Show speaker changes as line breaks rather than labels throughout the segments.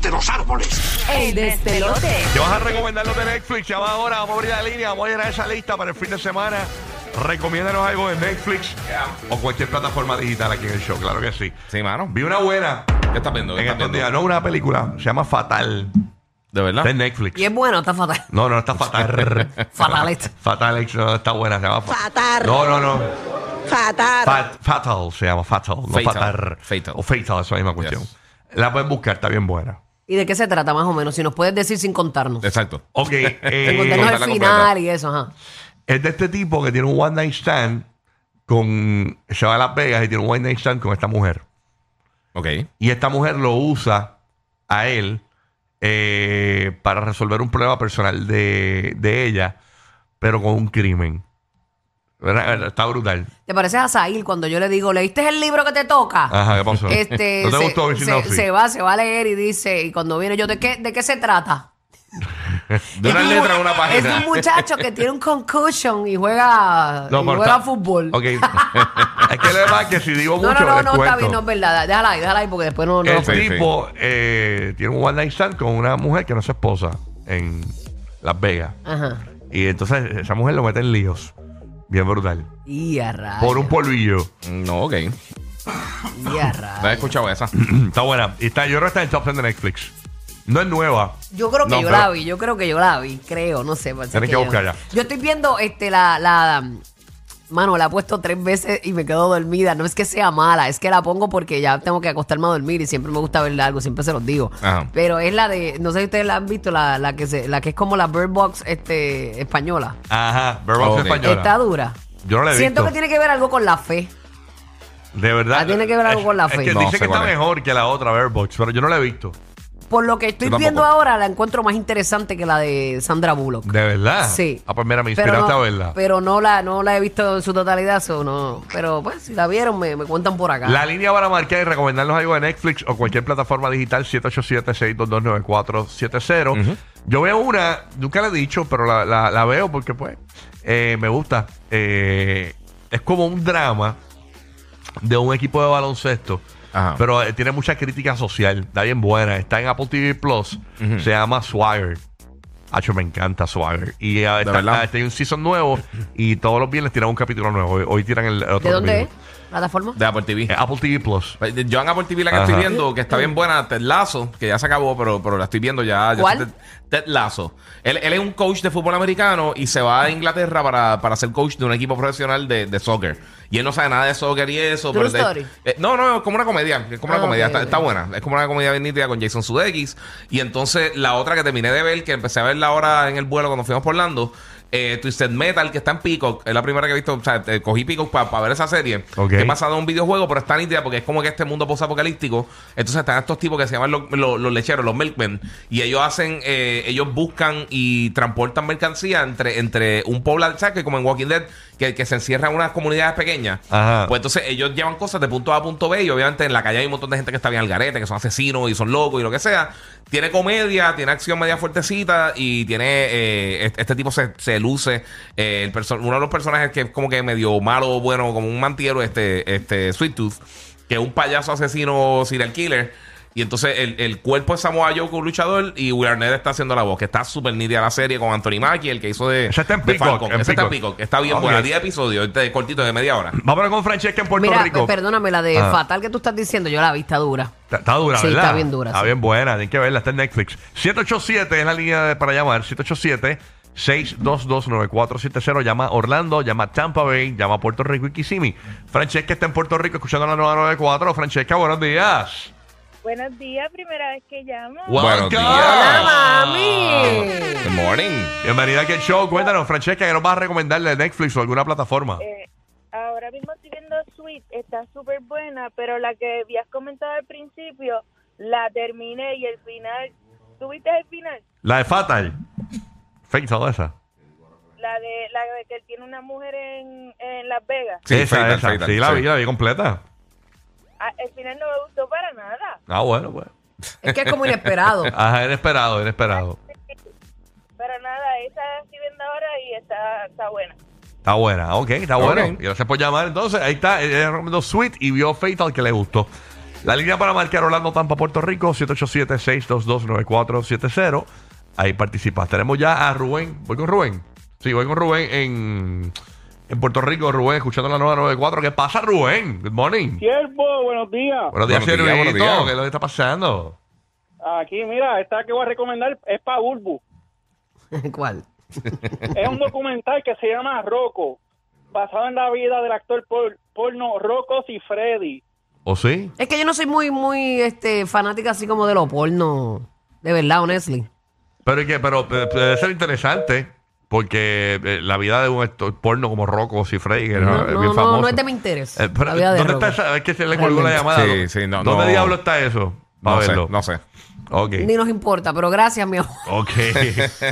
de los árboles.
El despelote.
Te vas a recomendar los de Netflix, ya va ahora, vamos a abrir la línea, vamos a llenar esa lista para el fin de semana. Recomiéndanos algo de Netflix o cualquier plataforma digital aquí en el show, claro que sí.
Sí, mano.
Vi una buena
¿Qué estás viendo? ¿Qué
en
estás
estos
viendo?
días, no una película, se llama Fatal,
¿De verdad?
está en Netflix.
Y es bueno, está fatal.
No, no, está fatal.
Fatalist.
fatal, no, está buena, se llama fa-
Fatal.
No, no, no.
Fatal.
Fat- fatal se llama, fatal, no
Fatal.
fatal.
Fatal.
O fatal, esa misma cuestión.
Yes.
La pueden buscar, está bien buena.
¿Y de qué se trata más o menos? Si nos puedes decir sin contarnos.
Exacto.
Ok,
Sin
eh,
contarnos
contarla
el
completa.
final y eso, ajá.
es de este tipo que tiene un one night stand con se va a Las Vegas y tiene un one night stand con esta mujer
Ok.
y esta mujer lo usa a él eh, para resolver un problema personal de, de ella pero con un crimen ¿Verdad? está brutal
¿Te pareces a Sail cuando yo le digo, ¿leíste el libro que te toca?
ajá qué pasó
Este,
Ah, no te
se,
gustó mi
se-
sinopsis?
se va, se va a leer y dice, y cuando viene yo, ¿de qué, de qué se trata?
De una
Es un-
letra a una página.
Es un muchacho que tiene un concussion y juega,
No,
y
pero
juega
está-
fútbol.
ok es que lo demás que si digo
No,
mucho
no, no,
les
no, está
cuento.
bien, no es verdad. Déjala ahí, déjala ahí porque después no... no
el
sí, sí.
tipo eh, tiene un one night stand con una mujer que no es su esposa en Las Vegas
Ajá.
Y entonces esa mujer lo mete en líos. Bien brutal.
Y a rayos,
Por un polvillo.
No, ok.
y a
No he
rayos.
escuchado esa.
está buena. Y está, yo creo que está en el top 10 de Netflix. No es nueva.
Yo creo que
No,
yo
pero-
la vi, yo creo que yo la vi, creo, no sé. parece
Tienes que
yo-
buscarla.
Yo estoy viendo este la, la mano, la he puesto tres veces y me quedo dormida. No es que sea mala, es que la pongo porque ya tengo que acostarme a dormir y siempre me gusta ver algo, siempre se los digo.
Ajá.
Pero es la de, no sé si ustedes la han visto, la, la que se, la que es como la Bird Box este española.
Ajá. Verbox
Ok.
española.
Está dura.
Yo no la he
Siento
visto.
que tiene que ver algo con la fe.
De verdad.
Ah, tiene que ver algo
Es-
con la
es
fe.
que
No,
dice
sé
que está
cuál es.
mejor que la otra Verbox, pero yo no la he visto.
Por lo que estoy
Yo tampoco.
viendo ahora, la encuentro más interesante que la de Sandra Bullock.
De verdad.
Sí.
Ah, pues mira, me
Pero
inspiraste
no-
a verla.
Pero no la, no la he visto en su totalidad, so no. Pero pues, si la vieron, me, me cuentan por acá.
La línea para marcar y recomendarnos algo de Netflix o cualquier plataforma digital 787-622-9470. Yo veo una, nunca la he dicho, pero la, la- la veo porque pues eh, me gusta. Eh, es como un drama de un equipo de baloncesto,
Ajá.
pero eh, tiene mucha crítica social, está bien buena. Está en Apple TV Plus, se llama Swagger. Hacho, me encanta Swagger. Y eh, está,
verdad?
está- hay un season nuevo y todos los viernes tiran un capítulo nuevo. Hoy, hoy tiran el, el otro
¿De dónde es?
capítulo.
¿Plataforma?
De Apple TV.
Eh, Apple TV Plus.
Eh, Yo en Apple TV la que
Ajá.
estoy viendo, que está bien buena, Ted Lazo, que ya se acabó, pero, pero la estoy viendo ya. ya
¿Cuál?
sé Ted, Ted Lazo. Él, él es un coach de fútbol americano y se va a Inglaterra para, para ser coach de un equipo profesional de, de soccer. Y él no sabe nada de soccer y eso.
True
te-
story.
eh, no, no, es como una comedia. Es como
Ah,
una comedia.
ok,
está,
ok.
está buena. Es como una comedia bien nítida con Jason Sudeikis. Y entonces la otra que terminé de ver, que empecé a verla ahora en el vuelo cuando fuimos por Orlando, eh, Twisted Metal, que está en Peacock. Es la primera que he visto. O sea, eh, cogí Peacock para ver esa serie.
Ok.
Que pasa de un videojuego, pero está nítida porque es como que este mundo posapocalíptico. Entonces están estos tipos que se llaman los, los- los lecheros, los milkmen. Y ellos hacen, eh, ellos buscan y transportan mercancía entre, entre un poblado, ¿sabes? Que como en Walking Dead, que, que se encierran unas comunidades pequeñas.
Ajá.
Pues entonces ellos llevan cosas de punto A a punto B y obviamente en la calle hay un montón de gente que está bien al garete, que son asesinos y son locos y lo que sea. Tiene comedia, tiene acción media fuertecita y tiene... eh, este, este tipo se, se luce. eh, el perso- uno de los personajes que es como que medio malo o bueno, como un mantiero, este, este Sweet Tooth, que es un payaso asesino serial killer Y entonces el, el cuerpo de Samoa Joe con un luchador y Will Arnett está haciendo la voz, que está súper nítida la serie con Anthony Mackie, el que hizo de.
Esa está en
de
Peacock,
Falcon.
en
Esa está en
Peacock.
Peacock. Está bien
Ok.
buena. 10 episodios, este cortito de media hora.
Vámonos con Francesca en Puerto
Mira, eh,
Rico.
perdóname, la de
Ah.
fatal que tú estás diciendo, yo la vi, está dura.
Está, está dura,
Sí,
¿verdad?
está bien dura,
Está
sí.
bien buena, tienen que verla, está en Netflix. 787 es la línea de- para llamar, 787 622-9470 llama Orlando, llama Tampa Bay, llama Puerto Rico y Kissimmee. Francesca está en Puerto Rico escuchando la 994. Francesca, buenos días.
Buenos días, primera vez que llamo.
Buenos días.
Hola,
mami.
Good morning.
Bienvenida aquí al show. Cuéntanos, Francesca, ¿qué nos vas a recomendar de Netflix o alguna plataforma?
Eh, ahora mismo estoy viendo Sweet, está súper buena, pero la que habías comentado al principio, la terminé y el final, ¿tuviste el final?
La de Fatal. Fake, toda esa.
La de, la de que él tiene una mujer en, en Las Vegas.
Sí,
esa,
Fatal,
esa.
Fatal,
sí, la
sí.
vi, la vi completa.
Ah, el final no me gustó para nada,
Ah, bueno, pues.
Es que es como inesperado.
Ajá, inesperado, inesperado.
para nada, esa estoy viendo ahora y está, está buena.
Está buena, ok, está
Ok.
bueno. Y gracias por llamar. Entonces, ahí está, ella recomendó Sweet y vio Fatal que le gustó. La línea para marcar Orlando Tampa, Puerto Rico, 787-622-9470. Ahí participas. Tenemos ya a Rubén. Voy con Rubén. Sí, voy con Rubén en, en Puerto Rico. Rubén, escuchando la 994. ¿Qué pasa, Rubén? Good morning.
Siervo, buenos días.
Buenos días,
Buenos días, buenos
Rubén.
días.
¿Qué es lo que está pasando?
Aquí, mira, esta que voy a recomendar es para Urbu.
¿Cuál?
Es un documental que se llama Rocco, basado en la vida del actor por- porno Rocco Freddy.
¿O sí?
Es que yo no soy muy, muy este, fanática así como de lo porno. De verdad, honestly.
Pero es que, pero eh, debe ser interesante. Porque eh, la vida de un actor porno como Rocco Cifrey, que era,
No,
eh,
no,
bien
no,
famoso.
no es de mi interés.
Eh, pero,
la vida de
¿Dónde
Rocco.
está esa? Es que se le colgó la
Realmente.
llamada.
Sí, sí, no,
¿Dónde
no.
diablo está eso? Para
No sé,
verlo.
no sé.
Ok.
Ni nos importa, pero gracias, mi amor.
Ok.
Pero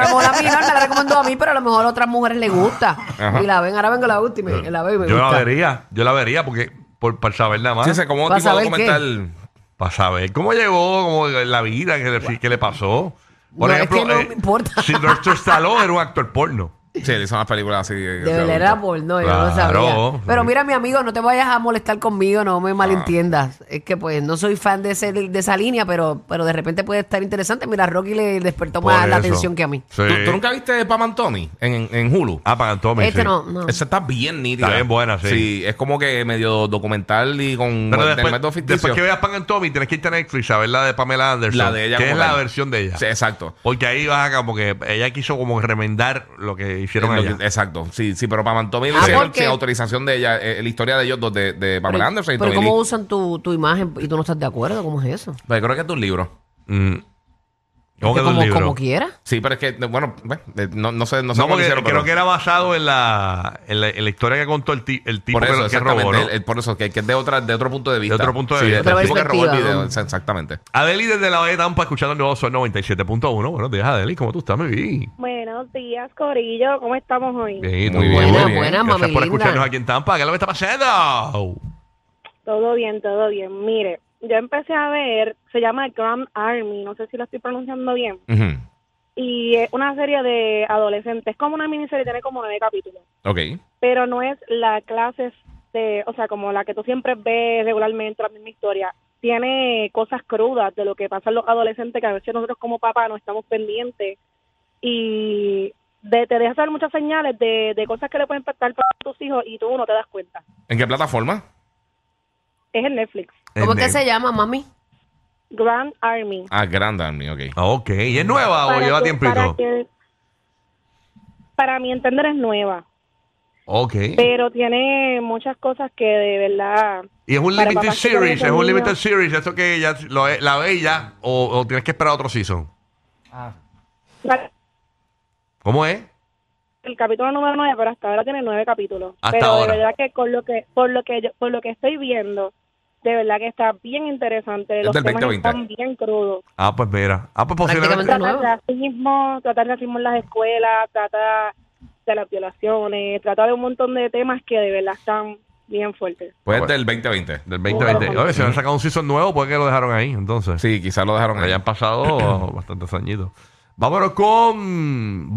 a lo mejor a mí no me la recomendó a mí, pero a lo mejor a otras mujeres les gusta. Y la ven, ahora vengo la última. y La veo y me
yo la
gusta.
vería. Yo la vería porque por, para saber nada más.
Sí, ese es como un
¿Vas
tipo
a ver qué?
documental.
Para saber cómo llegó, cómo la vida, qué le, qué le pasó. Por
No, es
ejemplo, eh,
que no me importa.
Sylvester Stallone era un actor porno.
Sí, él hizo unas películas así. eh,
De verdad era porno, yo no
Claro. Ah.
sabía. Pero mira, mi amigo, no te vayas a molestar conmigo, no me malentiendas. Es que pues no soy fan de, ese, de esa línea, pero, pero de repente puede estar interesante. Mira, a Rocky le despertó
Por
más la
eso.
atención que a mí.
Sí.
¿Tú, tú nunca viste Pam Anthony en, en Hulu?
Ah, para Antomi,
este
sí.
no, no.
Esa está bien nítida.
Está bien buena, sí.
es como que medio documental y con
Pero
el
después,
elemento ficticio.
después que veas Pan and Tommy, tienes que irte a Netflix a ver la de Pamela Anderson.
La de ella
Que
como
es la
tal.
versión de ella.
Sí, exacto.
Porque ahí vas acá, porque ella quiso como remendar lo que hicieron
Lo
allá.
que- Eh, exacto. Sí, sí, pero para Anthony le
Ah,
hicieron
porque-
sin autorización de ella, eh, la historia de ellos dos, de, de Pamela
Pero,
Anderson y
pero
Tommy
¿cómo
Lee.
usan tu, tu imagen y tú no estás de acuerdo? ¿Cómo es eso?
Pero creo que es de un libro.
Mm. ¿Cómo
Que
quedó el
como,
libro?
como quiera.
Sí, pero es que, bueno, bueno, eh, no, no sé, no sé
No,
cómo lo
porque
hicieron,
creo
pero...
que era basado en la, en la, en la historia que contó el, ti- el tipo
Por
que-
eso,
que, robó,
exactamente.
¿no?
el- el- por eso, que, que es de, otra, de otro punto de vista.
otro punto de vista.
Sí,
Otra
del tipo que robó el
perspectiva,
video.
¿no?
sí, Exactamente.
Adeli desde la Bahía de Tampa escuchando el nuevo Sol 97.1. Buenos días, Adeli. ¿Cómo tú estás, mi vi?
Buenos días, Corillo, ¿cómo estamos hoy?
Bien,
Muy
tú,
bien, muy bien.
Buena,
Gracias
mami
por
linda.
escucharnos aquí en Tampa. ¿Qué es lo que está pasando?
Todo bien, todo bien. Mire, yo empecé a ver, se llama Grand Army, no sé si lo estoy pronunciando bien,
Ujú.
y es una serie de adolescentes, como una miniserie, tiene como nueve capítulos,
Ok.
pero no es la clase, de, o sea, como la que tú siempre ves regularmente, la misma historia. Tiene cosas crudas de lo que pasan los adolescentes, que a veces nosotros como papá no estamos pendientes y de- te deja saber muchas señales de, de cosas que le pueden impactar para tus hijos y tú no te das cuenta.
¿En qué plataforma?
Es en Netflix.
¿Cómo es
En-
que se llama, mami?
Grand Army.
Ah, Grand Army, ok.
Ok. ¿Y es nueva o lleva
que-
tiempito?
Para, que- para mi entender es nueva,
Ok.
pero tiene muchas cosas que de verdad...
Y es un
para
limited
papás que tienen
series, es un limited
niños-
series, eso que ya lo, la ve ya o, o tienes que esperar otro season. ¿Cómo es?
El capítulo número 9, pero hasta ahora tiene nueve capítulos.
Hasta
pero
ahora.
de verdad que con lo que por lo que yo- por lo que estoy viendo, de verdad que está bien interesante,
Es
los
del
temas
2020.
están bien crudos.
Ah, pues mira. Ah, pues posiblemente.
Prácticamente-
Trata de racismo, trata de racismo en las escuelas, trata de las violaciones, trata de un montón de temas que de verdad están bien fuertes.
Pues
Ah,
es del 2020.
Del 2020. Oye, si han sacado un season nuevo, pues que lo dejaron ahí, entonces.
Sí, quizás lo dejaron
Pero
allá.
ya han pasado bastantes añitos. Vámonos con